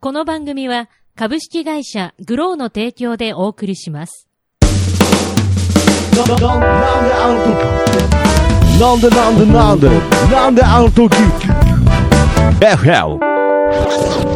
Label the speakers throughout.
Speaker 1: この番組は株式会社グローの提供でお送りします。
Speaker 2: Landen, landen, auto. Landen, landen, landen. Landen, auto. RL.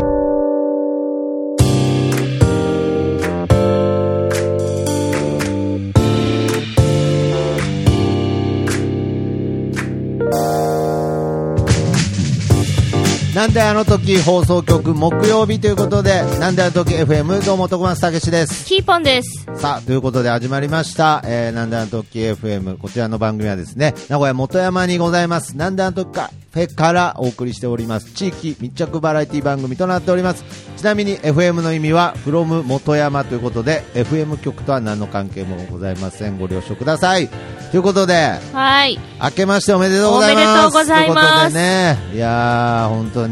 Speaker 3: なんであの時放送局木曜日ということで、なんであの時 FM どうも徳松たけしです。
Speaker 1: キーポンです。
Speaker 3: さあ、ということで始まりました、えー、なんであの時 FM、こちらの番組はですね、名古屋元山にございます、なんであの時カフェからお送りしております、地域密着バラエティ番組となっております。ちなみに FM の意味は、from 元山ということで、FM 局とは何の関係もございません。ご了承ください。ということで、
Speaker 1: はい。
Speaker 3: 明けましておめでとうございます。
Speaker 1: おめでとうございます
Speaker 3: ということでね、いやー、本当に。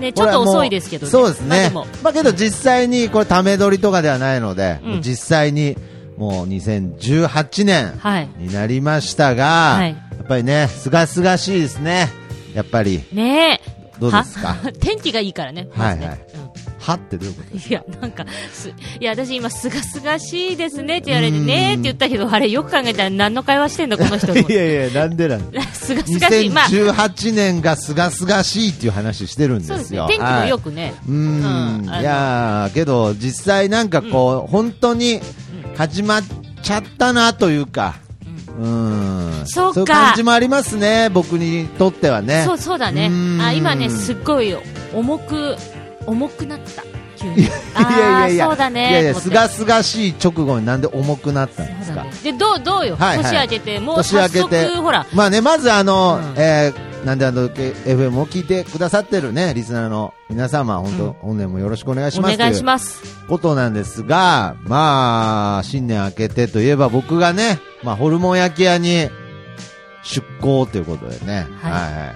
Speaker 1: ねちょっと遅いですけどね
Speaker 3: これはもうそう
Speaker 1: ま
Speaker 3: です
Speaker 1: あで
Speaker 3: ね。ま
Speaker 1: も
Speaker 3: あ、けど実際に、これ、ため撮りとかではないので、
Speaker 1: うん
Speaker 3: もう実際に、もう2018年
Speaker 1: はい
Speaker 3: になりましたが、
Speaker 1: はい
Speaker 3: やっぱりね、すがすがしいですね。やっぱり、
Speaker 1: ねえ。
Speaker 3: どうですか
Speaker 1: は 天気がいいからね。まずね
Speaker 3: はいはい
Speaker 1: うん
Speaker 3: はってどういうこと
Speaker 1: いや、なんか、す、いや、私今、すがすがしいですねって言われて、ねえって言ったけど、あれ、よく考えたら何の会話してんの、この 人と思って。
Speaker 3: いやいや、なんでなん
Speaker 1: すがすがしい。まあ、
Speaker 3: 2018年がすがすがしいっていう話してるんです
Speaker 1: そう
Speaker 3: よ。
Speaker 1: ですね。天気もよくね。
Speaker 3: うーん、
Speaker 1: うんあの
Speaker 3: いやーけど実際なんかこう、本当に始まっちゃったなというか、うん、
Speaker 1: そうか
Speaker 3: いう感じもありますね僕にとってはね
Speaker 1: そう、そうだね
Speaker 3: うー。ん
Speaker 1: あ、今ね、すっごい重く、重くなった。急に。ああ
Speaker 3: いやいやいや
Speaker 1: ー、そうだね。
Speaker 3: いやいや
Speaker 1: と思っ
Speaker 3: す
Speaker 1: て
Speaker 3: がすがしい直後になんで重くなったんです
Speaker 1: そうだ
Speaker 3: か、
Speaker 1: ねで、どう、どうよ。
Speaker 3: はいはい
Speaker 1: 年明けて、もう早
Speaker 3: 年明けて
Speaker 1: 速、ほら、
Speaker 3: まあねまずあの、
Speaker 1: うん
Speaker 3: えーなんであの FM を聞いてくださってるねリスナーの皆様本当、
Speaker 1: うん
Speaker 3: 本年もよろしくお願いし
Speaker 1: お
Speaker 3: ます
Speaker 1: 願いし
Speaker 3: す
Speaker 1: ます。
Speaker 3: ことなんですが、まあ、新年明けてといえば僕がね、まあ、ホルモン焼き屋に出向ということでね、
Speaker 1: はい
Speaker 3: はいはいはいはい
Speaker 1: はい。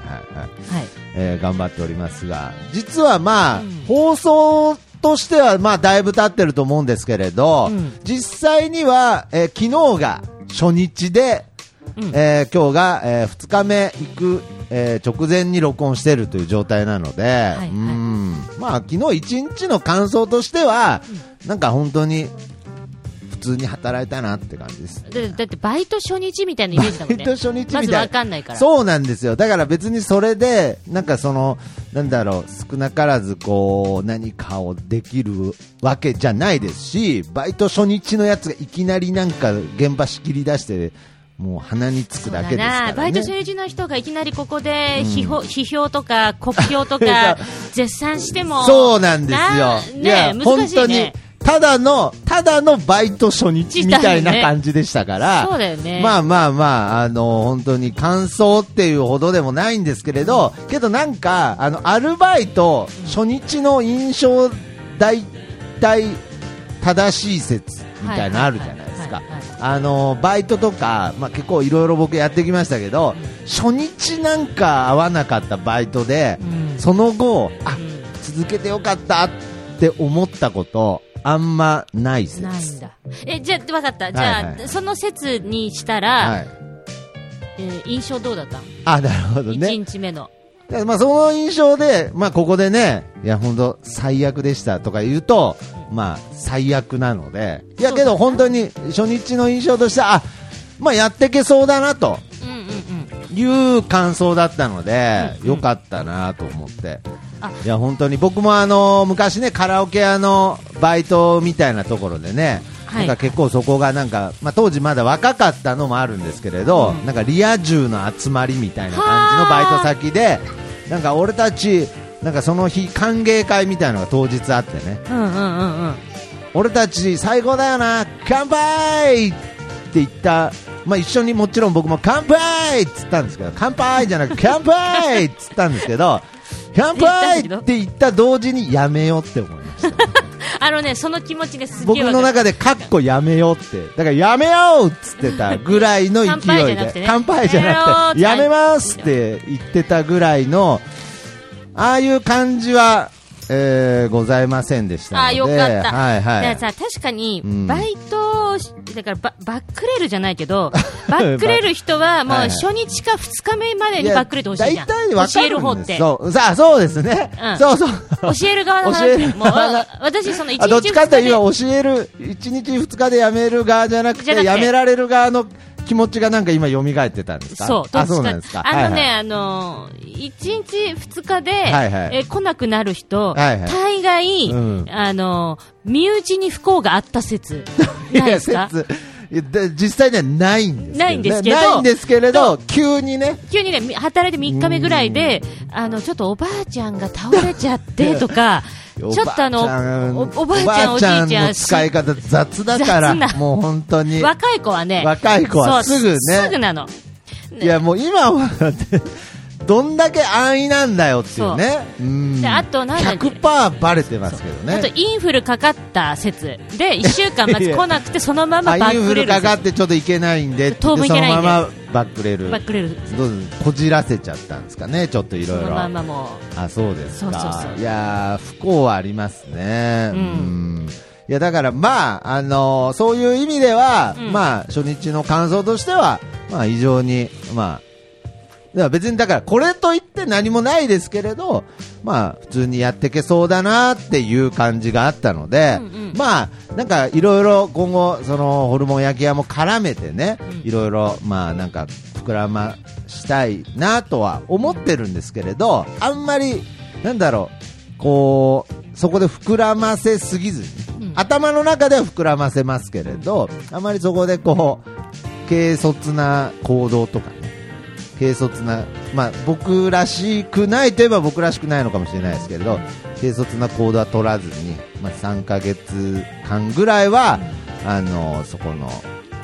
Speaker 3: えー頑張っておりますが、実はまあ、
Speaker 1: うん
Speaker 3: 放送としてはまあ、だいぶ経ってると思うんですけれど、
Speaker 1: うん
Speaker 3: 実際には、えー昨日が初日で、
Speaker 1: うん
Speaker 3: えー今日が、え2日目行く、えー直前に録音してるという状態なので、
Speaker 1: はい
Speaker 3: うんまあ昨日1日の感想としては、なんか本当に普通に働いたなって感じです。
Speaker 1: だだって、バイト初日みたいなイメージだもんね。
Speaker 3: バイト初日み
Speaker 1: ま
Speaker 3: たい
Speaker 1: ずわかんないから。
Speaker 3: そうなんですよ。だから別にそれで、なんかその、なんだろう、少なからずこう、何かをできるわけじゃないですし、バイト初日のやつがいきなりなんか現場仕切り出して、もう鼻につくだけですから、ね。
Speaker 1: バイト初日の人がいきなりここで批評,、批評とか国評 とか絶賛しても
Speaker 3: そうなんです
Speaker 1: な
Speaker 3: よ。い
Speaker 1: ね
Speaker 3: や
Speaker 1: え
Speaker 3: 本
Speaker 1: 難し
Speaker 3: 当
Speaker 1: い
Speaker 3: に
Speaker 1: ね。
Speaker 3: ただの、ただのバイト初日みたい
Speaker 1: 自体
Speaker 3: な
Speaker 1: ね
Speaker 3: 感じでしたから、
Speaker 1: そうだよね
Speaker 3: まあまあまあ、あの、本当に感想っていうほどでもないんですけれど、けどなんか、あの、アルバイト初日の印象、大体、正しい説みたいなのあるじゃないです
Speaker 1: は
Speaker 3: か
Speaker 1: いはいはいはい。
Speaker 3: あの、バイトとか、まあ結構いろいろ僕やってきましたけど、初日なんか合わなかったバイトで、
Speaker 1: うん
Speaker 3: その後、あ
Speaker 1: うん
Speaker 3: 続けてよかったって思ったこと、あんまない説。
Speaker 1: ないんだえじゃあ分かったじゃあ、
Speaker 3: はいはい
Speaker 1: その説にしたら、
Speaker 3: はい。
Speaker 1: えー印象どうだった、
Speaker 3: あ、なるほど
Speaker 1: 一
Speaker 3: ね。
Speaker 1: 日目の
Speaker 3: だからまあその印象で、まあここでね、いや本当最悪でしたとか言うと、まあ最悪なので、いやけど本当に初日の印象としては、あ、まあやってけそうだなと
Speaker 1: うんうんうん
Speaker 3: いう感想だったので、
Speaker 1: うんうん
Speaker 3: よかったなと思って
Speaker 1: あ。
Speaker 3: いや本当に僕もあの昔ねカラオケ屋のバイトみたいなところでね、
Speaker 1: はい
Speaker 3: なんか結構そこがなんか、まあ、当時まだ若かったのもあるんですけれど、なんかリア充の集まりみたいな感じのバイト先でなんか俺たちなんかその日歓迎会みたいなのが当日あってね
Speaker 1: うんうんうんうん
Speaker 3: 俺たち最高だよな乾杯って言った、まあ、一緒にもちろん僕も乾杯っつったんですけど乾杯じゃなく乾杯っつったんです けど乾杯って言った同時にやめようって思いました
Speaker 1: あのねその気持ちがすっ
Speaker 3: 僕
Speaker 1: げえ
Speaker 3: の
Speaker 1: わかる
Speaker 3: 中でかっこやめようってだからやめようっつってたぐらいの勢いで
Speaker 1: 乾
Speaker 3: 乾
Speaker 1: 杯
Speaker 3: 杯
Speaker 1: じ
Speaker 3: じ
Speaker 1: ゃ
Speaker 3: ゃ
Speaker 1: な
Speaker 3: な
Speaker 1: く
Speaker 3: く
Speaker 1: て
Speaker 3: てやめますって言ってたぐらいのああいう感じは、えーございませんでしたので
Speaker 1: あーよかった
Speaker 3: はいはい、
Speaker 1: だからさ確かに
Speaker 3: うん
Speaker 1: バイトだからババックレるじゃないけ ど、バックレる人はもう
Speaker 3: はいはい
Speaker 1: 初日か2日目までにバックレてほしいじゃん。
Speaker 3: 大体わか
Speaker 1: 教
Speaker 3: るんです
Speaker 1: える方って。教
Speaker 3: そう。さあ、そうですね。
Speaker 1: うん
Speaker 3: そうそう。
Speaker 1: える側の
Speaker 3: 教え
Speaker 1: 話。
Speaker 3: る
Speaker 1: もう
Speaker 3: 側が
Speaker 1: わ私、その1
Speaker 3: あどっ
Speaker 1: 日
Speaker 3: ちか
Speaker 1: 2
Speaker 3: って
Speaker 1: 日
Speaker 3: いう
Speaker 1: で
Speaker 3: と教える1日2日でやめる側じゃなく
Speaker 1: じ
Speaker 3: て
Speaker 1: ゃなくて
Speaker 3: やめられる側の気持ちがなんか今蘇ってたんですか
Speaker 1: そう、どっ
Speaker 3: あ
Speaker 1: ちか
Speaker 3: そうなんですか
Speaker 1: あのね、
Speaker 3: はいはい
Speaker 1: あのー、1日2日で、
Speaker 3: はいはい
Speaker 1: えー来なくなる人、
Speaker 3: はいはい
Speaker 1: 大概、
Speaker 3: うん
Speaker 1: あのー、身内に不幸があった説、
Speaker 3: い
Speaker 1: ないで
Speaker 3: や
Speaker 1: すか
Speaker 3: 説いやで実際にはないんですけどね
Speaker 1: ないんですけど
Speaker 3: ないんですけれど急にね
Speaker 1: 急にね、み働いて3日目ぐらいで、あの、ちょっとおばあちゃんが倒れちゃってと か、ちょっとあ
Speaker 3: おばあちゃん
Speaker 1: の、おおばあちゃん、おじいちゃ
Speaker 3: の
Speaker 1: ん、
Speaker 3: 使い方雑だか
Speaker 1: 雑な
Speaker 3: らもう本当に
Speaker 1: 若い子はね、
Speaker 3: 若い子は
Speaker 1: そう
Speaker 3: すぐね
Speaker 1: すぐなの。
Speaker 3: いやもう今はだってどんだけ安易なんだよっていうねうん
Speaker 1: であとなんだっけ
Speaker 3: 100%バレてますけどね
Speaker 1: あとインフルかかった説で1週間まず来なくてそのままバ
Speaker 3: あイン
Speaker 1: ッ
Speaker 3: フ
Speaker 1: クレ
Speaker 3: ル
Speaker 1: る
Speaker 3: か
Speaker 1: 説
Speaker 3: かってちょっといけないんでって言
Speaker 1: 当
Speaker 3: って
Speaker 1: 分い
Speaker 3: そ
Speaker 1: け
Speaker 3: の
Speaker 1: ないんで
Speaker 3: ままバックレる
Speaker 1: バックレる説
Speaker 3: どうぞこじらせちゃったんですかねちょっとい
Speaker 1: そ
Speaker 3: ろい
Speaker 1: の
Speaker 3: ろ
Speaker 1: ままもう
Speaker 3: あそうですか
Speaker 1: そうそうそう
Speaker 3: いやー不幸はありますね
Speaker 1: うん
Speaker 3: んいやだからまあ、あのーそういう意味では、
Speaker 1: うん
Speaker 3: まあ初日の感想としてはまあ非常にまあだから別にだからこれといって何もないですけれど、まあ、普通にやっていけそうだなっていう感じがあったので、
Speaker 1: うんうん
Speaker 3: まあなんかいろいろ今後そのホルモン焼き屋も絡めてね
Speaker 1: うん
Speaker 3: いろいろまあなんか膨らましたいなとは思ってるんですけれどあんまりなんだろうこうそこで膨らませすぎずに、
Speaker 1: うん
Speaker 3: 頭の中では膨らませますけれどあまりそこでこう軽率な行動とかね軽率な、まあ、僕らしくないといえば僕らしくないのかもしれないですけれど軽率な行動は取らずに、まあ、3ヶ月間ぐらいは、あのそこの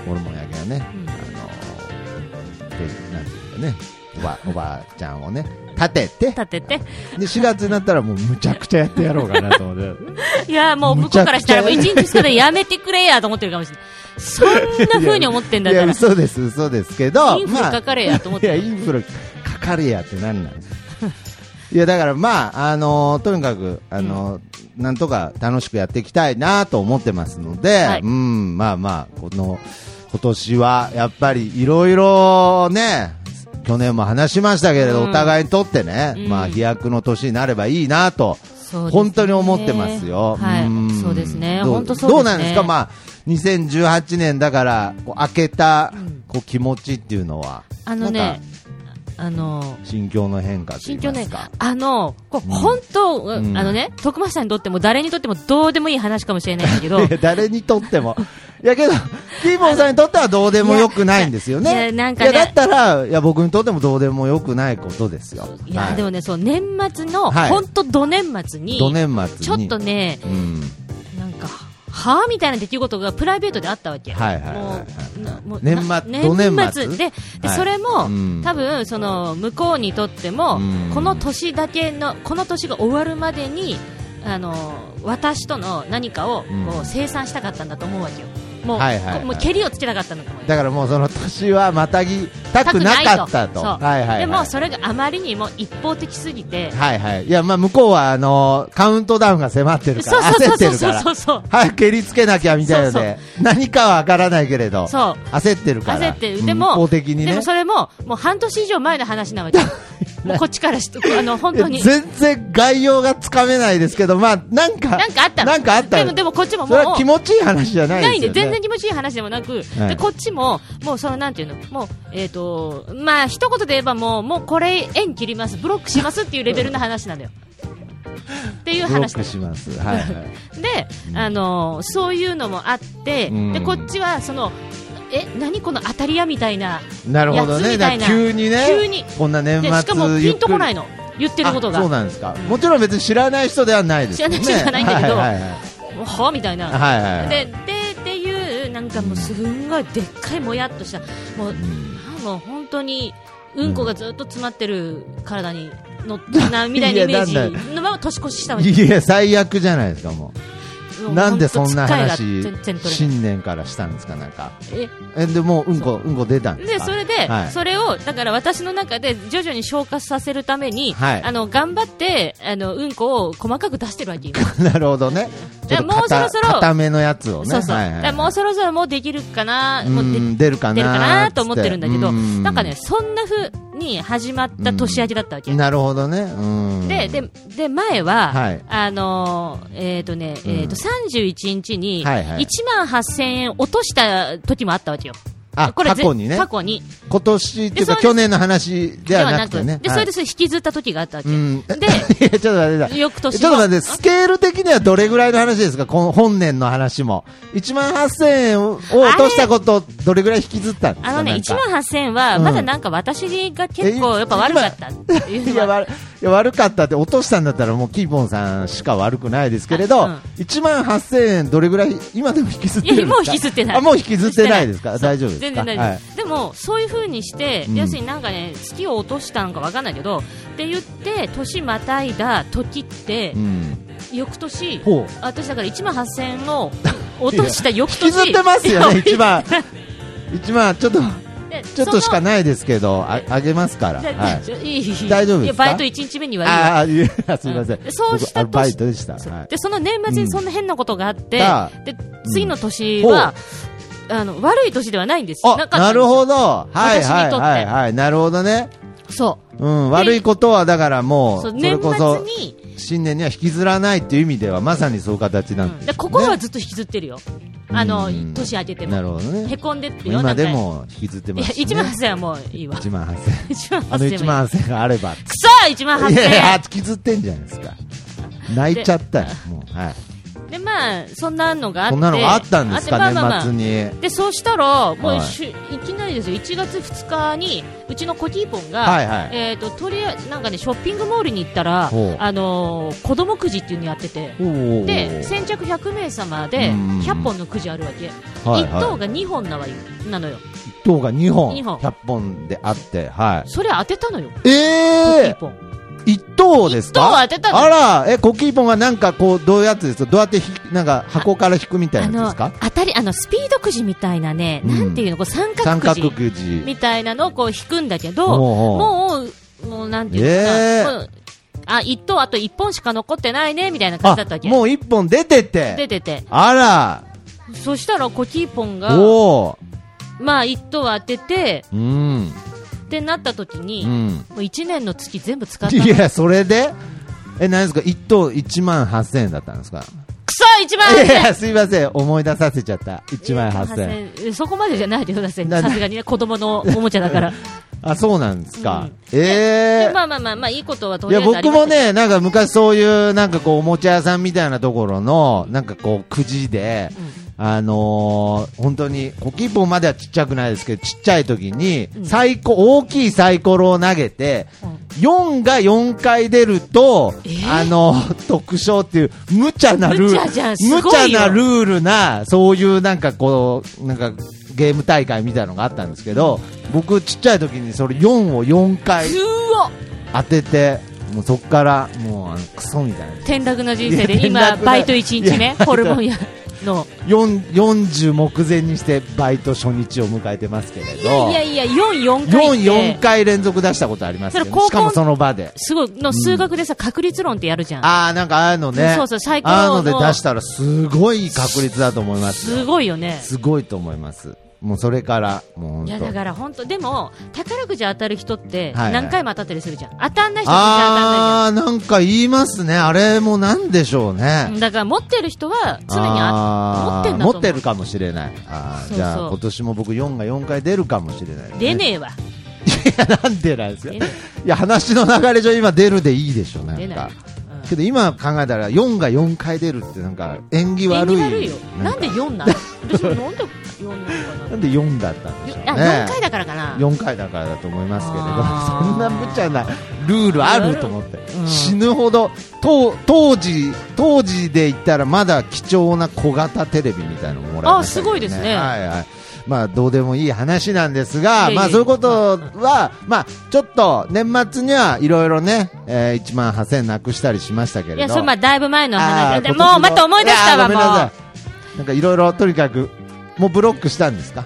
Speaker 3: ホルモン焼きがね、
Speaker 1: うん
Speaker 3: あのでなんていうかねおばおばあちゃんをね立てて
Speaker 1: 立てて
Speaker 3: で4月になったらもうむちゃくちゃやってやろうかなと 思って。
Speaker 1: いやもう向こうからしたらもう1日2日でやめてくれやと思ってるかもしれないそんな風に思ってんだっ
Speaker 3: い
Speaker 1: た
Speaker 3: や
Speaker 1: ら
Speaker 3: 嘘です嘘ですけど
Speaker 1: インフルかかれやと思って
Speaker 3: まあ、いやインフルかかれやって何なん いやだからまああのーとにかくあのー、なんとか楽しくやっていきたいなと思ってますので、
Speaker 1: はい
Speaker 3: うんまあまあこの今年はやっぱりいろいろね去年も話しましたけれど、
Speaker 1: うん
Speaker 3: お互いにとってね、
Speaker 1: うん
Speaker 3: まあ飛躍の年になればいいなと
Speaker 1: そうですね
Speaker 3: 本当に思ってますよ。
Speaker 1: はい
Speaker 3: ん
Speaker 1: そうですね
Speaker 3: ど
Speaker 1: 本当そうですね
Speaker 3: どうなんですか、まあ、2018年だから、こう開けたこう気持ちっていうのは、
Speaker 1: あの
Speaker 3: なん
Speaker 1: ね
Speaker 3: か
Speaker 1: あの
Speaker 3: 心境の変化と
Speaker 1: 心
Speaker 3: いい
Speaker 1: 境
Speaker 3: ま
Speaker 1: ね
Speaker 3: す か、
Speaker 1: あの、こう本当、
Speaker 3: ん
Speaker 1: あのね、徳間さんにとっても誰にとってもどうでもいい話かもしれないんだけど、
Speaker 3: いや誰にとっても、いやけど、キーボンさんにとってはどうでもよくないんですよね、
Speaker 1: いやいやなんかね
Speaker 3: いやだったらいや、僕にとってもどうでもよくないことですよ、
Speaker 1: いや、
Speaker 3: はい
Speaker 1: でもね、そう、年末の、
Speaker 3: はい
Speaker 1: 本当ど年末に、
Speaker 3: ど年末に
Speaker 1: ちょっとね、
Speaker 3: うん、
Speaker 1: なんか、はぁみたいな出来事がプライベートであったわけ。
Speaker 3: はいはいはい
Speaker 1: もうなもう
Speaker 3: 年末
Speaker 1: な
Speaker 3: ど年末
Speaker 1: で、で、
Speaker 3: はい
Speaker 1: それも、
Speaker 3: うん
Speaker 1: 多分、その、向こうにとっても、
Speaker 3: うん
Speaker 1: この年だけの、この年が終わるまでに、あの、私との何かを、こ
Speaker 3: う
Speaker 1: う、
Speaker 3: ん
Speaker 1: 生産したかったんだと思うわけよ。もう、
Speaker 3: はいはいはい
Speaker 1: こもう、蹴りをつけたかったんだと思うよ
Speaker 3: だからもうその年はまたぎたくなかった
Speaker 1: そ
Speaker 3: と。
Speaker 1: う
Speaker 3: はいはいはい
Speaker 1: でもそれがあまりにも一方的すぎて、
Speaker 3: はいはい。いや、まあ、向こうは、あのーカウントダウンが迫ってるか
Speaker 1: そう
Speaker 3: ら、
Speaker 1: そう
Speaker 3: 焦ってる
Speaker 1: そ
Speaker 3: か
Speaker 1: うそう
Speaker 3: ら
Speaker 1: そ。うそう
Speaker 3: はい、蹴りつけなきゃみたいなので、何かはわからないけれど、
Speaker 1: そう
Speaker 3: 焦ってるから。
Speaker 1: 焦ってるでも
Speaker 3: うん一方的にね。
Speaker 1: でもそれももう半年以上前の話 なわけもうこっちからしてあの本当
Speaker 3: い
Speaker 1: に
Speaker 3: や全然概要がつかめないですけど、まあ、なんか、
Speaker 1: なんかあったの
Speaker 3: なんかあった
Speaker 1: でもでもこっちも
Speaker 3: そ
Speaker 1: もう
Speaker 3: れは気持ちいい話じゃない
Speaker 1: ないん
Speaker 3: です
Speaker 1: で
Speaker 3: よ、ね。
Speaker 1: 全然気持ちいい話でもなく、
Speaker 3: はい
Speaker 1: でこっちも、もうそのなんていうの、もう、えっ、と、まあ、一言で言えばもう、もうこれ、縁切ります、ブロックしますっていうレベルの話なのよ。っていう話
Speaker 3: ブロッ
Speaker 1: なの
Speaker 3: クします。はい、はい。
Speaker 1: で、あのーそういうのもあって、
Speaker 3: うん
Speaker 1: でこっちはそのえ何この当たり屋みたいな
Speaker 3: なるほど
Speaker 1: やつ
Speaker 3: ね。
Speaker 1: みた
Speaker 3: だ
Speaker 1: い
Speaker 3: か
Speaker 1: な
Speaker 3: ら急にね。
Speaker 1: 急に
Speaker 3: こんな年
Speaker 1: で
Speaker 3: 末
Speaker 1: しかもピンとこない
Speaker 3: の。
Speaker 1: の言ってること
Speaker 3: あそう
Speaker 1: が
Speaker 3: なんですか。もちろん別に知らない人ではないですよね。
Speaker 1: 知らない人じゃないんだけど
Speaker 3: はいはいはい
Speaker 1: もうはみたいな、
Speaker 3: はいはいはい
Speaker 1: ででっていうなんかもうすんごいでっかいもやっとしたもう,、もう本当にうんこがずっと詰まってる体に乗ったなみたいなイメージ
Speaker 3: いやなん
Speaker 1: のまま年越ししたわけ
Speaker 3: いや、最悪じゃないですか、も
Speaker 1: も
Speaker 3: う。
Speaker 1: う
Speaker 3: なんでそんな
Speaker 1: ほ
Speaker 3: 話
Speaker 1: んと疲れが全然、取れ
Speaker 3: 新年からしたんですか、なんか。
Speaker 1: ないえ
Speaker 3: え、でもう、うんこ、うんこ出たんです
Speaker 1: で
Speaker 3: か
Speaker 1: それで、
Speaker 3: はい
Speaker 1: それをだから私の中で徐々に消化させるために、
Speaker 3: はい
Speaker 1: あの頑張ってあのうんこを細かく出してるわけ今
Speaker 3: なるほどね。ちょっと
Speaker 1: もうそろそろ
Speaker 3: 固めのやつをね
Speaker 1: そうそう、
Speaker 3: はいはいは
Speaker 1: だ
Speaker 3: い
Speaker 1: からもうそろそろもうできるかな、
Speaker 3: う
Speaker 1: もうで
Speaker 3: ん出るかな
Speaker 1: 出るかなと思ってるんだけど、
Speaker 3: う
Speaker 1: なんかね、そんな風に始まった年明けだったわけ。
Speaker 3: なるほどねうん
Speaker 1: で、で、で、前は、
Speaker 3: はい
Speaker 1: あのーえっ、とね、えっ、と、31日に、
Speaker 3: はいはい
Speaker 1: 1万8000円落とした時もあったわけよ。
Speaker 3: あ
Speaker 1: これ
Speaker 3: 過去にね
Speaker 1: 過去に。
Speaker 3: 今年っていう
Speaker 1: でそれ
Speaker 3: か
Speaker 1: で
Speaker 3: 去年の話ではなくてね
Speaker 1: で、それ
Speaker 3: はい
Speaker 1: でそれ引きずった時があったわけ。
Speaker 3: うん
Speaker 1: で
Speaker 3: いやちょっと待ってください
Speaker 1: 翌年も
Speaker 3: ちょっと待ってスケール的にはどれぐらいの話ですかこの本年の話も1万8000円を落としたことどれぐらい引きずったんですか
Speaker 1: あのね、
Speaker 3: なん
Speaker 1: 1
Speaker 3: か
Speaker 1: 万8000円は、まだなんか私が結構やっぱ悪かったっていう
Speaker 3: い
Speaker 1: の
Speaker 3: や
Speaker 1: は、
Speaker 3: 悪いや悪かったって落としたんだったらもうキーポンさんしか悪くないですけれど、
Speaker 1: あうん
Speaker 3: 1万8000円どれぐらい今でも引きずってるんですか
Speaker 1: いやもう引きずってない
Speaker 3: あもう引きずってないですか
Speaker 1: そう
Speaker 3: 大丈夫ですか
Speaker 1: 全然大丈夫、でもそういう風にして、
Speaker 3: うん
Speaker 1: 要するになんかね月を落としたのかわかんないけどって言って年またいだ時って、
Speaker 3: はいうん、
Speaker 1: 翌年
Speaker 3: ほう
Speaker 1: 私だから1万8000円を落とした翌
Speaker 3: 引
Speaker 1: 年
Speaker 3: きずってますよ ね
Speaker 1: いや
Speaker 3: 1万1万ちょっと
Speaker 1: で
Speaker 3: ちょっとし
Speaker 1: そ
Speaker 3: か
Speaker 1: の
Speaker 3: ないですけどああげますから、
Speaker 1: じゃあ
Speaker 3: はい
Speaker 1: じゃあいいいい
Speaker 3: 大丈夫ですか
Speaker 1: いやバイト1日目にはいいわ
Speaker 3: ああいやすみません、
Speaker 1: うんそうした
Speaker 3: 僕あバイトでした、
Speaker 1: そう
Speaker 3: はい
Speaker 1: でその年末にそんな変なことがあって、
Speaker 3: あ
Speaker 1: で次の年は、あの悪い年ではないんです
Speaker 3: あ
Speaker 1: なかったんですよ
Speaker 3: なるほどはいはいはい
Speaker 1: 私に
Speaker 3: はいなるほどね
Speaker 1: そ
Speaker 3: うん、悪いことはだから
Speaker 1: う
Speaker 3: もう
Speaker 1: そう
Speaker 3: そ
Speaker 1: 年
Speaker 3: れこ
Speaker 1: 末
Speaker 3: そ
Speaker 1: に、
Speaker 3: 新年には引きずらないっていう意味ではまさにそういう形なんです、ね
Speaker 1: で心はずっと引きずってるよ、あの
Speaker 3: うん
Speaker 1: 年明けて
Speaker 3: な
Speaker 1: も、
Speaker 3: るほどね
Speaker 1: へこんでってよ、
Speaker 3: 今で
Speaker 1: なんか
Speaker 3: も引きずって
Speaker 1: い
Speaker 3: ま
Speaker 1: や
Speaker 3: すし、ね、
Speaker 1: 1万8000円はもういいわ、
Speaker 3: 1万8000
Speaker 1: 1万
Speaker 3: あの
Speaker 1: 8000円
Speaker 3: 1万8000があれば
Speaker 1: くそ、1万
Speaker 3: いやいや
Speaker 1: 8000
Speaker 3: 引きずってんじゃないですか泣いちゃったよもう、はい、
Speaker 1: 円、でまあ、そんなのがあって、
Speaker 3: こんなのがあったんですか
Speaker 1: あってまあまあまあ
Speaker 3: 年末に
Speaker 1: でそうしたら、も
Speaker 3: はいう
Speaker 1: しゅ、い、きなりですよ、1月2日に、うちのコキーポンが、
Speaker 3: はいはい
Speaker 1: えー、ととりあえずなんかね、ショッピングモールに行ったら、
Speaker 3: ほう
Speaker 1: あのー子供くじっていうのやってて、
Speaker 3: おーおー
Speaker 1: で先着100名様で
Speaker 3: うん
Speaker 1: 100本のくじあるわけ、
Speaker 3: はい
Speaker 1: 1等が2本なわよなのよ、
Speaker 3: 1等が2本
Speaker 1: 二本
Speaker 3: 100本であっては
Speaker 1: それ当てたのよ、
Speaker 3: い
Speaker 1: コキ
Speaker 3: え
Speaker 1: ー
Speaker 3: ー、
Speaker 1: ポン。
Speaker 3: 1等ですか
Speaker 1: 一等を当てたの
Speaker 3: あらえコッキーポンがなんかこうどういうやつですかどうやってひなんか箱から引くみた
Speaker 1: あ
Speaker 3: いなやつ
Speaker 1: の
Speaker 3: ですか
Speaker 1: 当たりあのスピードくじみたいなね、
Speaker 3: うん
Speaker 1: なんていうのこう三角
Speaker 3: 三
Speaker 1: く
Speaker 3: 角
Speaker 1: じ
Speaker 3: くじ
Speaker 1: みたいなのをこう引くんだけど、
Speaker 3: おうおう
Speaker 1: もうもうなんていうのかな、
Speaker 3: えー
Speaker 1: もうあ一等あと一本しか残ってないねみたいな感じだった
Speaker 3: あ
Speaker 1: わけ。
Speaker 3: もう1本出てて
Speaker 1: 出てて、
Speaker 3: あ
Speaker 1: そしたらコキーポン
Speaker 3: ら
Speaker 1: が
Speaker 3: おお
Speaker 1: まあ一等当てて
Speaker 3: うん
Speaker 1: ってなった時に、
Speaker 3: う
Speaker 1: も
Speaker 3: ん
Speaker 1: う一年の月全部使ったの。
Speaker 3: い
Speaker 1: く
Speaker 3: やそれでえ何ですか1等1万8000円だったんですか
Speaker 1: そ一番
Speaker 3: いやすいません思い出させちゃった1万8000円
Speaker 1: 8000そこまでじゃないでください。
Speaker 3: な
Speaker 1: さすがにね子供のおもちゃだから。
Speaker 3: あそうなんですか、え
Speaker 1: で
Speaker 3: え
Speaker 1: まあまあまあまあいいことはいとりあ
Speaker 3: や
Speaker 1: えずあり
Speaker 3: 僕
Speaker 1: ま
Speaker 3: も
Speaker 1: すけど
Speaker 3: ね、なんか昔そういう、なんかこう、おもちゃ屋さんみたいなところの、なんかこう、くじで、あのー本当に、コキーポンまではちっちゃくないですけど、ちっちゃい時に、サイコ、大きいサイコロを投げて、4が4回出ると、あの、特賞っていう、無茶なルール、
Speaker 1: 無茶じゃんすごいよ
Speaker 3: 無茶なルールな、そういうなんかこう、なんか、ゲーム大会みたいなのがあったんですけど、僕ちっちゃい時にそれ4を4回
Speaker 1: うお
Speaker 3: 当てて、もうそっから、もうあのクソみたいな。
Speaker 1: 転落な人生
Speaker 3: いや
Speaker 1: で
Speaker 3: 転
Speaker 1: 今
Speaker 3: 落な
Speaker 1: バイト1日
Speaker 3: いや
Speaker 1: ねホルモン屋の
Speaker 3: 4 40目前にしてバイト初日を迎えてますけれ
Speaker 1: いや
Speaker 3: ど、
Speaker 1: いやいや44回って
Speaker 3: 4、4回連続出したことありますけど、
Speaker 1: それ高校
Speaker 3: しかもその場で。
Speaker 1: すごいの数学でさ確率論ってやるじゃん
Speaker 3: ああ、なんかああいうのね、
Speaker 1: そうそう最高の
Speaker 3: ああいうので出したらすごい確率だと思いますよ。
Speaker 1: すごいよね
Speaker 3: すごいと思います。もうそれから、もう
Speaker 1: い
Speaker 3: 本当。
Speaker 1: やだから本当でも宝くじ当たる人って
Speaker 3: はいはい
Speaker 1: 何回も当たったりするじゃん当たんない人は
Speaker 3: ああ、なんか言いますね。あれもなんでしょうね。
Speaker 1: 全然当たんないじゃんだから持ってる人は常にあ持
Speaker 3: あ
Speaker 1: って
Speaker 3: ー
Speaker 1: んだと思う
Speaker 3: 持ってるかもしれない。あー
Speaker 1: そうそう
Speaker 3: じゃあ今年も僕4が4回出るかもしれない、
Speaker 1: 出ねえわ
Speaker 3: いや、なんでなんですか。
Speaker 1: 出
Speaker 3: い
Speaker 1: ない
Speaker 3: や、話の流れ上、今出るでいいでしょなん
Speaker 1: 出な
Speaker 3: か
Speaker 1: い。
Speaker 3: けど、今考えたら、4が4回出るって、なんか、縁起
Speaker 1: 縁
Speaker 3: 悪
Speaker 1: 起
Speaker 3: い。
Speaker 1: 悪いよ
Speaker 3: な
Speaker 1: なんん
Speaker 3: か
Speaker 1: で4なの私もなんで4なのか
Speaker 3: なんで4だったんでしょうね
Speaker 1: な。あ4回だからかな
Speaker 3: 4回だからだと思いますけれど、
Speaker 1: あー
Speaker 3: そんな無茶なルールあると思って、
Speaker 1: うん
Speaker 3: 死ぬほど、当当時、当時で言ったらまだ貴重な小型テレビみたいなのもらいました
Speaker 1: あす
Speaker 3: けど、ね、
Speaker 1: ごいですね
Speaker 3: はいはいまあ、どうでもいい話なんですが、
Speaker 1: いえいえ
Speaker 3: まあ、そういうことは、 まあ、ちょっと年末にはいろいろね、えー、1万8000なくしたりしましたけ
Speaker 1: い
Speaker 3: れど、
Speaker 1: やそれまあだいぶ前の
Speaker 3: あ
Speaker 1: 話
Speaker 3: ー
Speaker 1: で
Speaker 3: 今年
Speaker 1: もうまた思い出したわ
Speaker 3: あーご
Speaker 1: も
Speaker 3: めんなさ
Speaker 1: う
Speaker 3: いなんかいろいろとにかくもうブロックしたんですか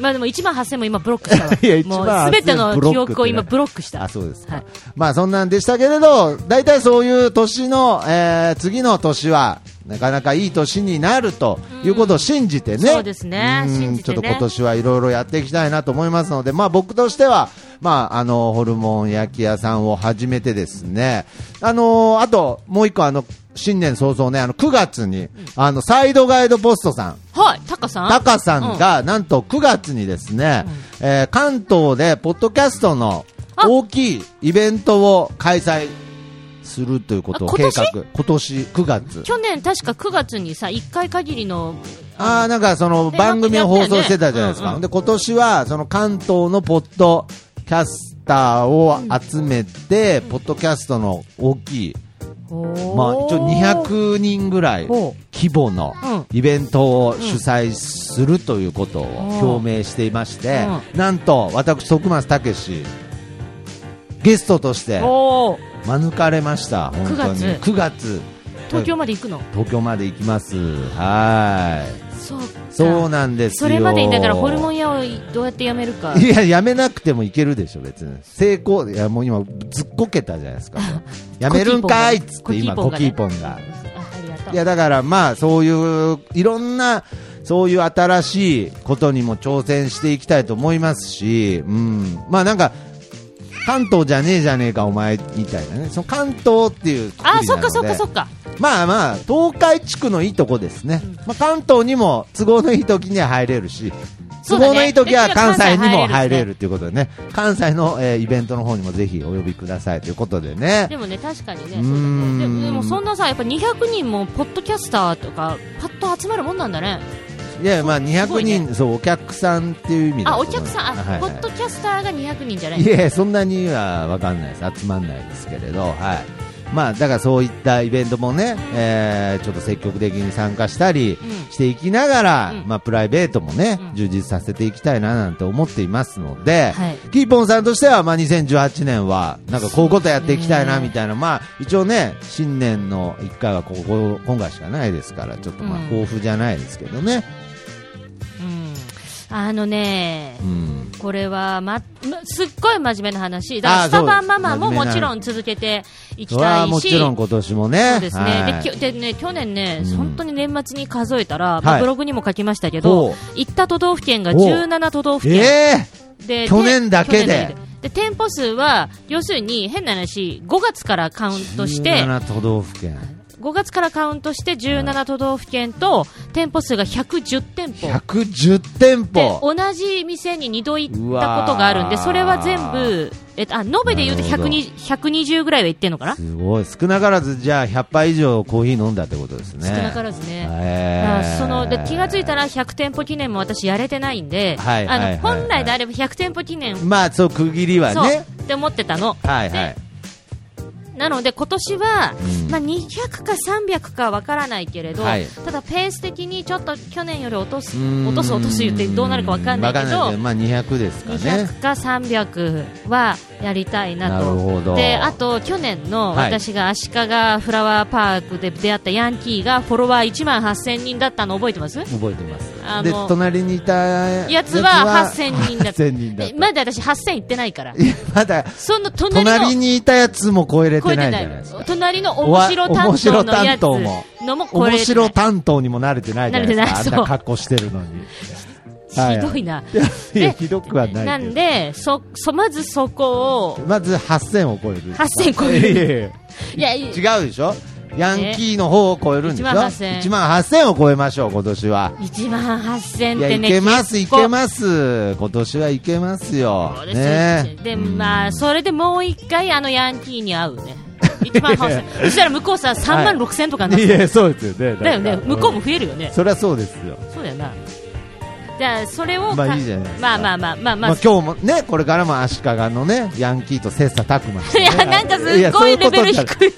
Speaker 1: まあでも1万8000も今ブロックしたわ
Speaker 3: いや1
Speaker 1: も
Speaker 3: 万
Speaker 1: うすべての記憶を今
Speaker 3: ブ
Speaker 1: ブロックした
Speaker 3: あそうですか、
Speaker 1: はい
Speaker 3: まあそんなんでしたけれど大体そういう年の、えー次の年はなかなかいい年になるということを信じてね、
Speaker 1: そうですね
Speaker 3: うん
Speaker 1: 信じ
Speaker 3: ちょ
Speaker 1: て
Speaker 3: っ
Speaker 1: ね
Speaker 3: と今年はいろいろやっていきたいなと思いますので、まあ、僕としては、まあ、あのホルモン焼き屋さんを始めてですねあのあともう一個あの新年早々ねあの9月に、あのサイドガイドポストさん
Speaker 1: はいタカさん
Speaker 3: タカさんが、なんと9月にですね、えー関東でポッドキャストの
Speaker 1: あ
Speaker 3: 大きいイベントを開催するということを
Speaker 1: あ
Speaker 3: 計
Speaker 1: 今
Speaker 3: 画
Speaker 1: 年
Speaker 3: 今年9月
Speaker 1: 去年確か9月にさ1回限りの
Speaker 3: あーなんかその
Speaker 1: ね
Speaker 3: 番組を放送してたじゃないですか、
Speaker 1: うんうん
Speaker 3: で今年はその関東のポッドキャスターを集めて、ポッドキャストの大きい、まあ、一応200人ぐらい
Speaker 1: ほ
Speaker 3: 規模のイベントを主催するということを表明していまして、なんと私、徳松武史ゲストとして
Speaker 1: おお
Speaker 3: 免れました、本当に
Speaker 1: 9
Speaker 3: 9月
Speaker 1: 東京まで行くの
Speaker 3: 東京まで行きます、はい
Speaker 1: そうか
Speaker 3: そうなんです
Speaker 1: そ
Speaker 3: よ
Speaker 1: れまでにだからホルモン屋をどうやってやめるか
Speaker 3: いや、やめなくてもいけるでしょ、別に。成功、いや、もう今、ずっこけたじゃな いですか。やめるんかいっつって、今、コ
Speaker 1: コ
Speaker 3: キ
Speaker 1: キ
Speaker 3: ー
Speaker 1: ー
Speaker 3: ポ
Speaker 1: ポ
Speaker 3: ンが。
Speaker 1: あありがとう
Speaker 3: いやだからまあそういういろんなそういう新しいことにも挑戦していきたいと思いますし、うん、まあなんか関東じゃねえじゃねえかお前みたいなねその関東っていうくくりなの
Speaker 1: あ
Speaker 3: で
Speaker 1: そっかそっかそっか
Speaker 3: まあまあ東海地区のいいとこですね、
Speaker 1: うん
Speaker 3: まあ、関東にも都合のいい時には入れるし
Speaker 1: そ
Speaker 3: 都
Speaker 1: うだね
Speaker 3: 合のいい時は関西にも入れ
Speaker 1: 関西入れる
Speaker 3: るということでね関西の、えーイベントの方にもぜひお呼びくださいということでね
Speaker 1: でもね確かにね
Speaker 3: うー
Speaker 1: そうだね
Speaker 3: ん
Speaker 1: でもでもそんなさやっぱ200人もポッドキャスターとかパッと集まるもんなんだね
Speaker 3: いやまあ
Speaker 1: すご
Speaker 3: 200
Speaker 1: いね
Speaker 3: 人、そうお客さんっていう意味だ
Speaker 1: あ
Speaker 3: と
Speaker 1: お
Speaker 3: 思い
Speaker 1: 客
Speaker 3: ます
Speaker 1: さんあ、
Speaker 3: はい
Speaker 1: ポッドキャスターが200人じゃない
Speaker 3: いやそんなには分かんないです集まんないですけれどはいまあだからそういったイベントもね、えーちょっと積極的に参加したり
Speaker 1: うん
Speaker 3: していきながら、
Speaker 1: うん
Speaker 3: まあプライベートもね、
Speaker 1: うん
Speaker 3: 充実させていきたいななんて思っていますので、
Speaker 1: はい
Speaker 3: キーポンさんとしてはまあ2018年はなんかこういうことやっていきたいなみたいな、まあ一応ね新年の1回はここ今回しかないですからちょっとまあ
Speaker 1: うん
Speaker 3: 豊富じゃないですけどね、
Speaker 1: うんあのね
Speaker 3: うん、
Speaker 1: これは、ま、すっごい真面目な話だか
Speaker 3: あ
Speaker 1: ら
Speaker 3: ー
Speaker 1: スタバ
Speaker 3: そうで
Speaker 1: マ
Speaker 3: す
Speaker 1: マも
Speaker 3: 真面目
Speaker 1: も
Speaker 3: な
Speaker 1: ちろん続けていき
Speaker 3: それは
Speaker 1: たいし
Speaker 3: もちろん今年もね。
Speaker 1: そうですね,、
Speaker 3: はい
Speaker 1: できょでね去年ね、
Speaker 3: うん
Speaker 1: 本当に年末に数えたら、ま
Speaker 3: は
Speaker 1: あ、
Speaker 3: い
Speaker 1: ブログにも書きましたけ
Speaker 3: ほ
Speaker 1: ど、行った都道府県が17都道府県、
Speaker 3: え
Speaker 1: で
Speaker 3: 去年だけ
Speaker 1: 去
Speaker 3: で
Speaker 1: 年で店舗数は要するに変な話5月からカウン
Speaker 3: え
Speaker 1: トして
Speaker 3: 17都道府県。
Speaker 1: 5月からカウントして17都道府県と店舗数が110店舗
Speaker 3: 110店
Speaker 1: で
Speaker 3: 舗。
Speaker 1: 同じ店に2度行ったことがあるんで
Speaker 3: うわー
Speaker 1: それは全部、えっと、あ延べで言うと
Speaker 3: なるほど
Speaker 1: 120 120ぐらいは行ってんのかな、
Speaker 3: すごい。少なからず、じゃあ100杯以上コーヒー飲んだってことですね。
Speaker 1: 少なからずね。
Speaker 3: え
Speaker 1: だから
Speaker 3: え
Speaker 1: そので気がついたら100店舗記念も私やれてないんで、
Speaker 3: はいはいはいはい
Speaker 1: あの本来であれば100店舗記念、
Speaker 3: まあ、そう、区切りは
Speaker 1: そう
Speaker 3: ね。
Speaker 1: って思ってたの、
Speaker 3: はいはい。
Speaker 1: なので今年は、
Speaker 3: うん
Speaker 1: まあ、200か300かわからないけれど、
Speaker 3: はい
Speaker 1: ただペース的にちょっと去年より落とす
Speaker 3: うーん
Speaker 1: 落とす落とす言ってどうなるかわかんないけ
Speaker 3: わ
Speaker 1: ど
Speaker 3: まあ200ですかね。
Speaker 1: 200か300はやりたいな
Speaker 3: なるほ
Speaker 1: と
Speaker 3: ど
Speaker 1: であと去年の
Speaker 3: はい
Speaker 1: 私が足利フラワーパークで出会ったヤンキーがフォロワー1万8000人だったの覚えてます
Speaker 3: 覚えてます
Speaker 1: あ。の
Speaker 3: で、隣にいた
Speaker 1: やつは8000人だった
Speaker 3: 8000人だっ
Speaker 1: で
Speaker 3: た。
Speaker 1: まだ私8000行ってないから
Speaker 3: いやまだ、
Speaker 1: その隣の
Speaker 3: 隣にいたやつも超えれ
Speaker 1: 超
Speaker 3: て
Speaker 1: え
Speaker 3: ない
Speaker 1: て
Speaker 3: じ
Speaker 1: な
Speaker 3: ゃないですか
Speaker 1: い。隣の面白担当のやつ
Speaker 3: 面白担
Speaker 1: のもこれ
Speaker 3: 面白担当にも慣れてないじゃないですか、
Speaker 1: 慣れてない
Speaker 3: あん
Speaker 1: そう
Speaker 3: な格好してるのに。
Speaker 1: ひどいな、
Speaker 3: いや いや
Speaker 1: で
Speaker 3: ひどくはないけど
Speaker 1: なんでそそまずそこを
Speaker 3: まず8000を超える。
Speaker 1: 8000超える
Speaker 3: いやいやいや
Speaker 1: いやい
Speaker 3: 違うでしょヤンキーの方を超えるんでしょ、
Speaker 1: 1万8000
Speaker 3: ?1 万8000を超えましょう、今年は。
Speaker 1: 1万8000
Speaker 3: い
Speaker 1: っ
Speaker 3: や、
Speaker 1: て
Speaker 3: い
Speaker 1: ね
Speaker 3: けます、い
Speaker 1: 結構
Speaker 3: けます。今年はいけますよ
Speaker 1: そう。です
Speaker 3: ね
Speaker 1: ね。で、まあ、それでもう一回あのヤンキーに会うね。1万8000。そしたら向こうさ、3万6千とかになる
Speaker 3: いや、そうですよね。
Speaker 1: だよね。
Speaker 3: から
Speaker 1: 向こうも増えるよね。
Speaker 3: そりゃそうですよ。
Speaker 1: そうだよな。じゃあ、それをか、
Speaker 3: まあいいじゃないですか
Speaker 1: まあまあまあまあま
Speaker 3: ま
Speaker 1: あ
Speaker 3: あ、今日もね、これからも足利のね、ヤンキーと切磋琢磨して
Speaker 1: い
Speaker 3: ね、
Speaker 1: や、なんか
Speaker 3: い
Speaker 1: すっ
Speaker 3: やそ
Speaker 1: ご
Speaker 3: う
Speaker 1: いうレ
Speaker 3: ことじ
Speaker 1: ベ
Speaker 3: ゃな
Speaker 1: ル
Speaker 3: い
Speaker 1: 低い。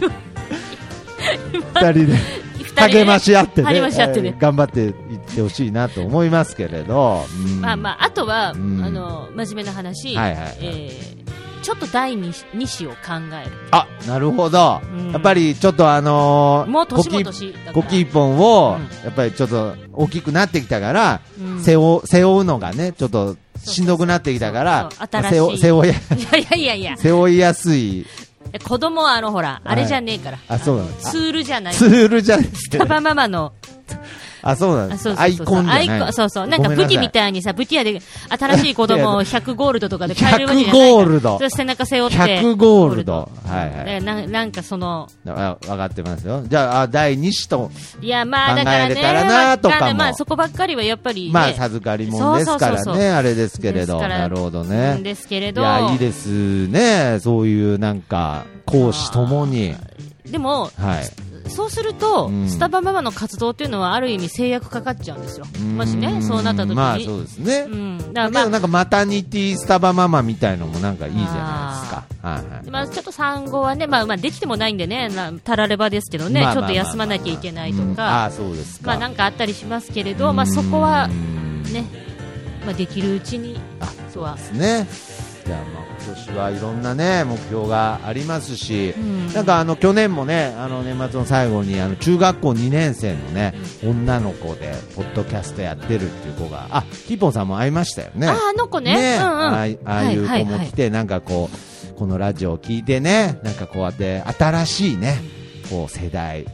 Speaker 3: 二人で
Speaker 1: 二人で
Speaker 3: 励まし合ってね
Speaker 1: 励まし合ってね
Speaker 3: えー頑張っていってほしいなと思いますけれど、うん
Speaker 1: まあまあ、あとは、あ
Speaker 3: うん
Speaker 1: の、真面目な話。
Speaker 3: はいはいはい
Speaker 1: えーちょっと第二子二子を考える
Speaker 3: あなるほど、
Speaker 1: うん
Speaker 3: やっぱりちょっとあのー、
Speaker 1: もう年も
Speaker 3: コキ
Speaker 1: 年だから
Speaker 3: コキ一本を、
Speaker 1: うん
Speaker 3: やっぱりちょっと大きくなってきたから、
Speaker 1: うん
Speaker 3: 背負背負うのがねちょっとしんどくなってきたから
Speaker 1: そうそうそう
Speaker 3: 背負背負い
Speaker 1: いやいやいやいや
Speaker 3: 背負いやすい
Speaker 1: 子供はあのほら
Speaker 3: はい
Speaker 1: あれじゃねえから、
Speaker 3: あそうなんです
Speaker 1: ツールじゃない
Speaker 3: ツールじゃなくて
Speaker 1: パパママ の
Speaker 3: あそうなんで
Speaker 1: あ
Speaker 3: す
Speaker 1: そうそうそう
Speaker 3: アイコンじゃない
Speaker 1: アイコンそうそうなんか武器み
Speaker 3: い
Speaker 1: たいにさ武器屋で新しい 子供を100ゴールドとかで買えるわけじゃないから
Speaker 3: 100ゴールド
Speaker 1: それ背中背負って
Speaker 3: 100ゴールドはいはい
Speaker 1: だからななんかその
Speaker 3: わ分かってますよじゃああ第2子と
Speaker 1: いやまあだからね
Speaker 3: 考えれたらなとか
Speaker 1: わ
Speaker 3: も
Speaker 1: んないまあそこばっかりはやっぱり、ね、
Speaker 3: まあ授かりもんですからね
Speaker 1: そうそうそうそう
Speaker 3: あれですけ
Speaker 1: で
Speaker 3: れど
Speaker 1: すから
Speaker 3: なるほどね、
Speaker 1: うんですけれ
Speaker 3: い
Speaker 1: ど
Speaker 3: やいいですねそういうなんか講師ともに
Speaker 1: でも
Speaker 3: はい
Speaker 1: そうすると、
Speaker 3: うん
Speaker 1: スタバママの活動っていうのはある意味制約かかっちゃうんですよ
Speaker 3: うん
Speaker 1: もしねそうなった時に、
Speaker 3: まあそうですね、
Speaker 1: うん、だから
Speaker 3: なん
Speaker 1: ま
Speaker 3: か
Speaker 1: あ
Speaker 3: なんかマタニティスタバママみたいのもなんかいいじゃないですか、はいはい
Speaker 1: まあ、ちょっと産後はね、まあ、まあできてもないんでね、なたらればですけどね、
Speaker 3: まあ
Speaker 1: ち
Speaker 3: ま
Speaker 1: ょ
Speaker 3: あ
Speaker 1: っと休まなきゃいけないと
Speaker 3: うんあ
Speaker 1: か
Speaker 3: あ、そうですか、
Speaker 1: まあなんかあったりしますけれど、まあ、そこは
Speaker 3: うん
Speaker 1: ね、まあ、できるうちに
Speaker 3: あ
Speaker 1: とは、
Speaker 3: ねじゃあまあ今年はいろんなね目標がありますし、
Speaker 1: ん
Speaker 3: なんかあの去年もねあの年末の最後にあの中学校2年生のね、女の子でポッドキャストやってるっていう子があキーポンさんも会いましたよね
Speaker 1: あああの子ねうんうん
Speaker 3: ああいああいう
Speaker 1: はいはい
Speaker 3: 子も
Speaker 1: はい
Speaker 3: 来てなんかこうこのラジオを聞いてねなんかこうやって新しいねこう世代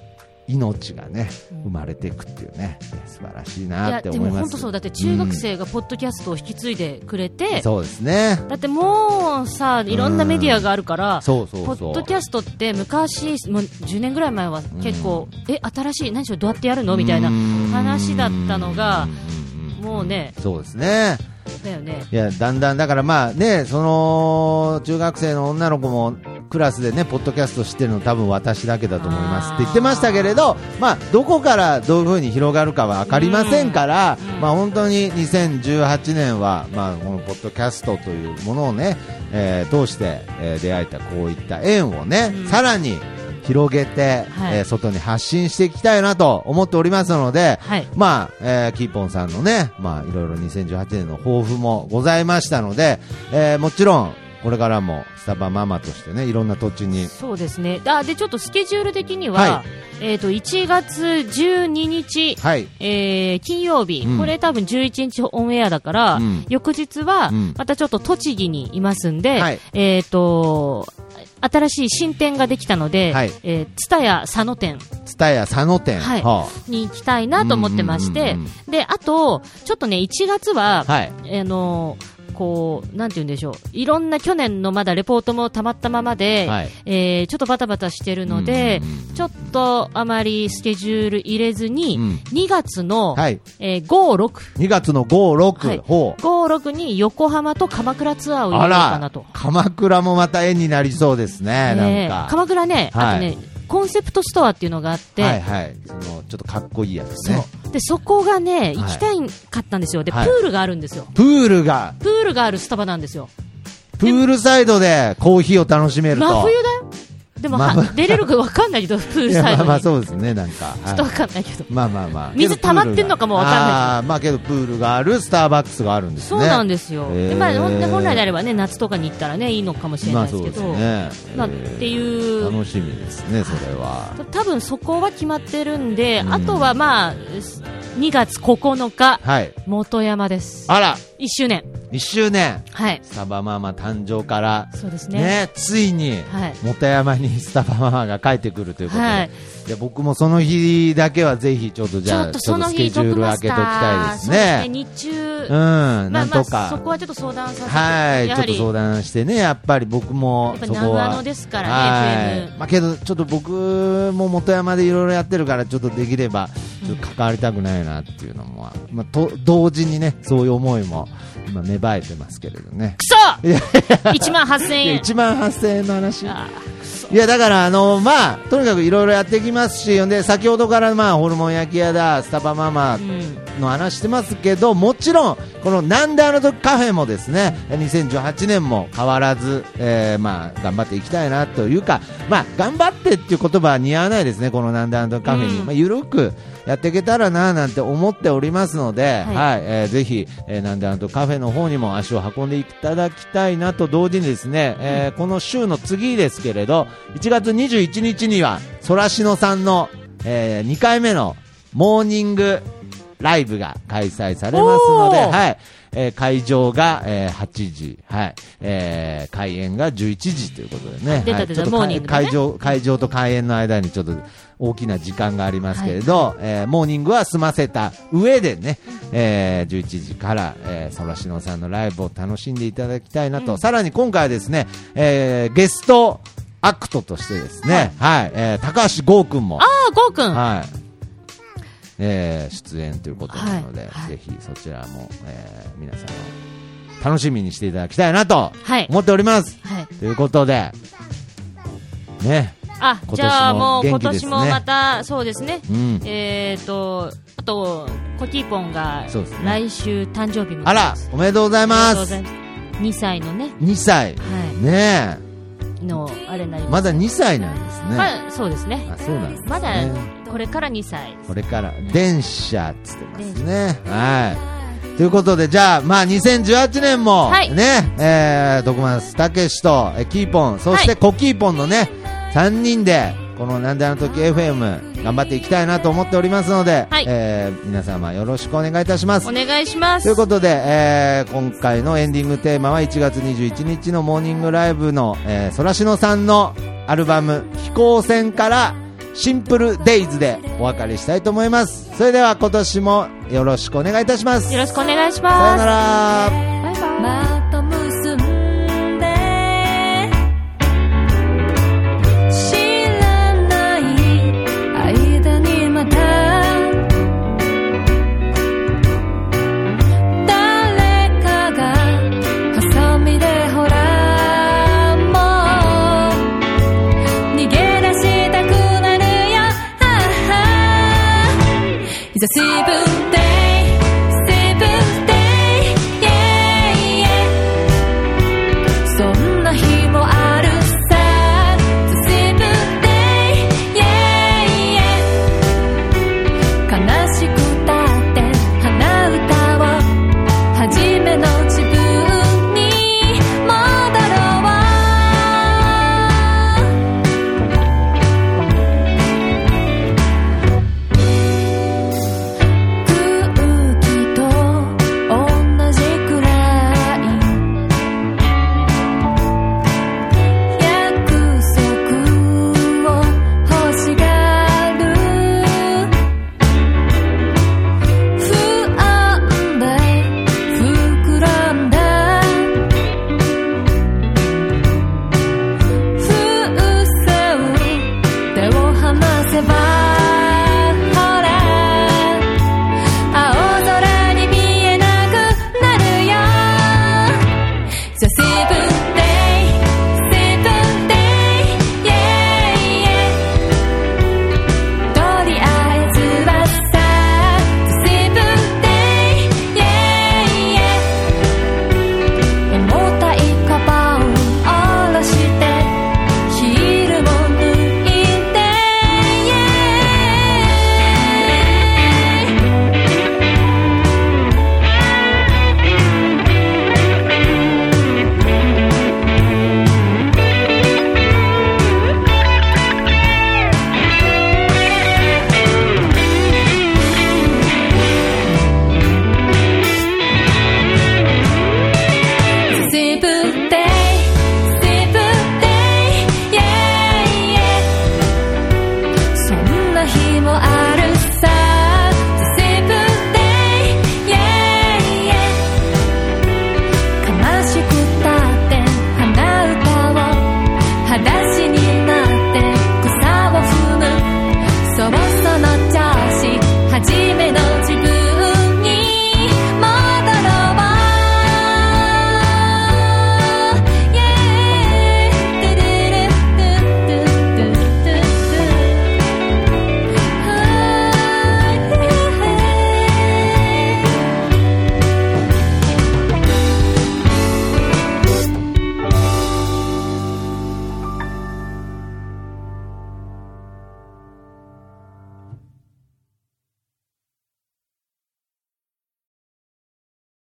Speaker 3: 命がね生まれていくっていうねいや素晴らしい
Speaker 1: い
Speaker 3: な
Speaker 1: や
Speaker 3: って
Speaker 1: で
Speaker 3: 思い
Speaker 1: も
Speaker 3: ます
Speaker 1: 本当そう、だって中学生がポッドキャストを引き継いでくれて、
Speaker 3: そうですね
Speaker 1: だってもうさ、いろんなメディアがあるから、
Speaker 3: そうそうそう
Speaker 1: ポッドキャストって昔、もう10年ぐらい前は結構、え、新しい、何しろどうやってやるのみたいな話だったのが、もうね、
Speaker 3: そうですね。
Speaker 1: だよね。
Speaker 3: いや、だんだん、だからまあね、その、中学生の女の子も、クラスでね、ポッドキャストしてるの多分私だけだと思いますって言ってましたけれど、まあ、どこからどういう風に広がるかは分かりませんから、まあ本当に2018年は、まあこのポッドキャストというものをね、えー通して、えー出会えたこういった縁をね、さらに広げて、
Speaker 1: はい
Speaker 3: えー外に発信していきたいなと思っておりますので、
Speaker 1: はい
Speaker 3: まあ、えーキーポンさんのね、まあ、いろいろ2018年の抱負もございましたので、えーもちろん、これからもスタバママとしてね、いろんな土地に、
Speaker 1: そうですね。あでちょっとスケジュール的には、
Speaker 3: は
Speaker 1: えっ、と1月12日、
Speaker 3: はい、
Speaker 1: えー金曜日、
Speaker 3: うん
Speaker 1: これ多分11日オンエアだから、
Speaker 3: うん
Speaker 1: 翌日は
Speaker 3: うん
Speaker 1: またちょっと栃木にいますんで、
Speaker 3: はい
Speaker 1: えっ、と新しい新店ができたので、
Speaker 3: はい
Speaker 1: えー、蔦屋佐野店
Speaker 3: ツタヤ佐野店、
Speaker 1: はい
Speaker 3: は
Speaker 1: に行きたいなと思ってまして、
Speaker 3: うんうんうん
Speaker 1: であとちょっとね1月は、
Speaker 3: あはい、
Speaker 1: あのこうなんて言うんでしょういろんな去年のまだレポートもたまったままで、
Speaker 3: はい
Speaker 1: えーちょっとバタバタしてるので、
Speaker 3: うん
Speaker 1: ちょっとあまりスケジュール入れずに、
Speaker 3: うん
Speaker 1: 2月の、
Speaker 3: はい、
Speaker 1: えー5、6。
Speaker 3: 2月の5、6、
Speaker 1: はい
Speaker 3: ほう
Speaker 1: 5、6に横浜と鎌倉ツアーを入れ
Speaker 3: あ
Speaker 1: ようかな
Speaker 3: ら
Speaker 1: と。、
Speaker 3: 鎌倉もまた縁になりそうですね、
Speaker 1: えー
Speaker 3: なんか。
Speaker 1: 鎌倉ね、あと
Speaker 3: は
Speaker 1: ね、コンセプトストアっていうのがあって、
Speaker 3: はいはい、その、ちょっとかっこいいやつ
Speaker 1: そう
Speaker 3: ね。
Speaker 1: でそこがね、
Speaker 3: い
Speaker 1: 行きたいかったんですよ。で、プ
Speaker 3: はい
Speaker 1: ールがあるんですよ。
Speaker 3: プールが、
Speaker 1: プールがあるスタバなんですよ。
Speaker 3: プールサイドでコーヒーを楽しめると。
Speaker 1: 真冬だよ。でも、は
Speaker 3: 真冬
Speaker 1: 出れるか分かんないけど、プール
Speaker 3: いや
Speaker 1: サイ
Speaker 3: ま
Speaker 1: ド
Speaker 3: あまあ
Speaker 1: に。ちょ
Speaker 3: そうですね、なんか。はい
Speaker 1: っと分かんないけど。
Speaker 3: まあまあまあ。
Speaker 1: 水溜まってんのかもわかんない
Speaker 3: ああー、まあけどプールがある、スターバックスがあるんです
Speaker 1: そ
Speaker 3: ね。
Speaker 1: うなんですよ。
Speaker 3: へ
Speaker 1: で
Speaker 3: ー
Speaker 1: まあ、ほんで本来であればね、夏とかに行ったらね、いいのかもしれ
Speaker 3: ま
Speaker 1: な
Speaker 3: あ
Speaker 1: いです
Speaker 3: そう
Speaker 1: け
Speaker 3: です
Speaker 1: ど、
Speaker 3: ね。
Speaker 1: まあ、っ
Speaker 3: えー
Speaker 1: ていう
Speaker 3: 楽しみですね、それは。
Speaker 1: 多分そこは決まってるんで、あとはまあ2月9日、
Speaker 3: はい。
Speaker 1: 本山です
Speaker 3: あら、
Speaker 1: 1周年
Speaker 3: 1周年。
Speaker 1: はい
Speaker 3: スタバママ誕生から。
Speaker 1: そうですね
Speaker 3: ね、ついに、
Speaker 1: はい
Speaker 3: 元山にスタバママが帰ってくるということで、
Speaker 1: はいい、
Speaker 3: や僕もその日だけはぜひちょっとじ
Speaker 1: ちょ
Speaker 3: ゃ
Speaker 1: っ
Speaker 3: あ
Speaker 1: とその
Speaker 3: ちょっと
Speaker 1: 日
Speaker 3: スケジュール開けときたいで
Speaker 1: そうです
Speaker 3: すね。
Speaker 1: ね日中、
Speaker 3: うん、
Speaker 1: ま
Speaker 3: な
Speaker 1: あ
Speaker 3: ん
Speaker 1: ま
Speaker 3: と
Speaker 1: あ
Speaker 3: か、
Speaker 1: そこはちょっと相談させて、
Speaker 3: はい、
Speaker 1: やは
Speaker 3: ちょっと
Speaker 1: り
Speaker 3: 相談してね、やっぱり僕も
Speaker 1: やっぱ
Speaker 3: そこは。
Speaker 1: 長野ですからね
Speaker 3: はい
Speaker 1: FM
Speaker 3: まあけど、ちょっと僕も元山でいろいろやってるから、ちょっとできれば、ちょっと関わりたくないなっていうのも、まあ、と同時にね、そういう思いも、今芽生えてますけれどね。いやい
Speaker 1: クソ1万8000
Speaker 3: や
Speaker 1: 円
Speaker 3: 1万8000円の話。
Speaker 1: あ
Speaker 3: いやだから、あのまあ、とにかくいろいろやっていきますし、で先ほどから、まあ、ホルモン焼き屋だ、スタバママ
Speaker 1: ーうん
Speaker 3: の話してますけどもちろんこのなんであの時カフェもですね2018年も変わらず、えーまあ、頑張っていきたいなというか、まあ、頑張ってっていう言葉は似合わないですね、このなんであの時カフェに、
Speaker 1: うん
Speaker 3: まあ、ゆるくやっていけたらななんて思っておりますので、は
Speaker 1: はいい
Speaker 3: えーぜひ、えーなんであの時カフェの方にも足を運んでいただきたいなと同時にですね、えーこの週の次ですけれど1月21日にはそらしのさんの、え2回目のモーニングライブが開催されますの
Speaker 1: お
Speaker 3: で、
Speaker 1: ー
Speaker 3: はい。えー会場が、えー8時、はい。えー開演が11時ということでね。
Speaker 1: 出た
Speaker 3: はい
Speaker 1: 出た
Speaker 3: ちょっと
Speaker 1: モーニング
Speaker 3: 会
Speaker 1: ね
Speaker 3: 会場、会場と開演の間にちょっと大きな時間がありますけれど、えーモーニングは済ませた上でね、えー11時から、えー、そらしのさんのライブを楽しんでいただきたいなと。さらに今回はですね、えーゲストアクトとしてですね、はい、えー高橋剛くん
Speaker 1: あ
Speaker 3: も。
Speaker 1: あ、ゴーくん。
Speaker 3: はい。えー出演ということなので、
Speaker 1: はいはい
Speaker 3: ぜひそちらも、えー皆さんも楽しみにしていただきたいなと
Speaker 1: はい
Speaker 3: 思っております。
Speaker 1: はい。
Speaker 3: ということで、ね、
Speaker 1: あ、
Speaker 3: 今年も
Speaker 1: じゃあもう今
Speaker 3: 元気です
Speaker 1: 年
Speaker 3: ね
Speaker 1: もまた、そうですね。
Speaker 3: うん。
Speaker 1: えっと、あと、コキーポンが
Speaker 3: そうですね
Speaker 1: 来週誕生日も
Speaker 3: あら、おめでとうござい
Speaker 1: ありが
Speaker 3: ま
Speaker 1: とうご
Speaker 3: す
Speaker 1: ざ。います。2歳のね、
Speaker 3: 2歳。
Speaker 1: は
Speaker 3: ね
Speaker 1: い、の、あれになり
Speaker 3: え、
Speaker 1: ま。
Speaker 3: ますだ2歳なんですね。
Speaker 1: まあ、そうですね。
Speaker 3: あ、そうなんですね。
Speaker 1: まだ、これから2歳。
Speaker 3: これから、電車っつってますね。はい。ということで、じゃあ、まあ、2018年も、
Speaker 1: はい
Speaker 3: ね、えー、ドクマス、たけしと、えーキーポン、そし
Speaker 1: は
Speaker 3: て
Speaker 1: い
Speaker 3: コキーポンのね、3人で、このなんであの時 FM、頑張っていきたいなと思っておりますので、
Speaker 1: はい
Speaker 3: えー、皆様よろしくお願いいたします
Speaker 1: お。願いしま
Speaker 3: と
Speaker 1: す。
Speaker 3: いうことで、えー今回のエンディングテーマは1月21日のモーニングライブの、えー、そらしのさんのアルバム「飛行船」から「シンプルデイズでお別れしたいと思いますそれでは今年もよろしくお願いいたします
Speaker 1: よろしくお願いし
Speaker 3: さよ
Speaker 1: ま
Speaker 3: な
Speaker 1: す。
Speaker 3: ら
Speaker 1: バイバイ。
Speaker 4: また結んで知らない間にまた誰かがハサミでほらもう逃げ出したくなるよああ久しぶり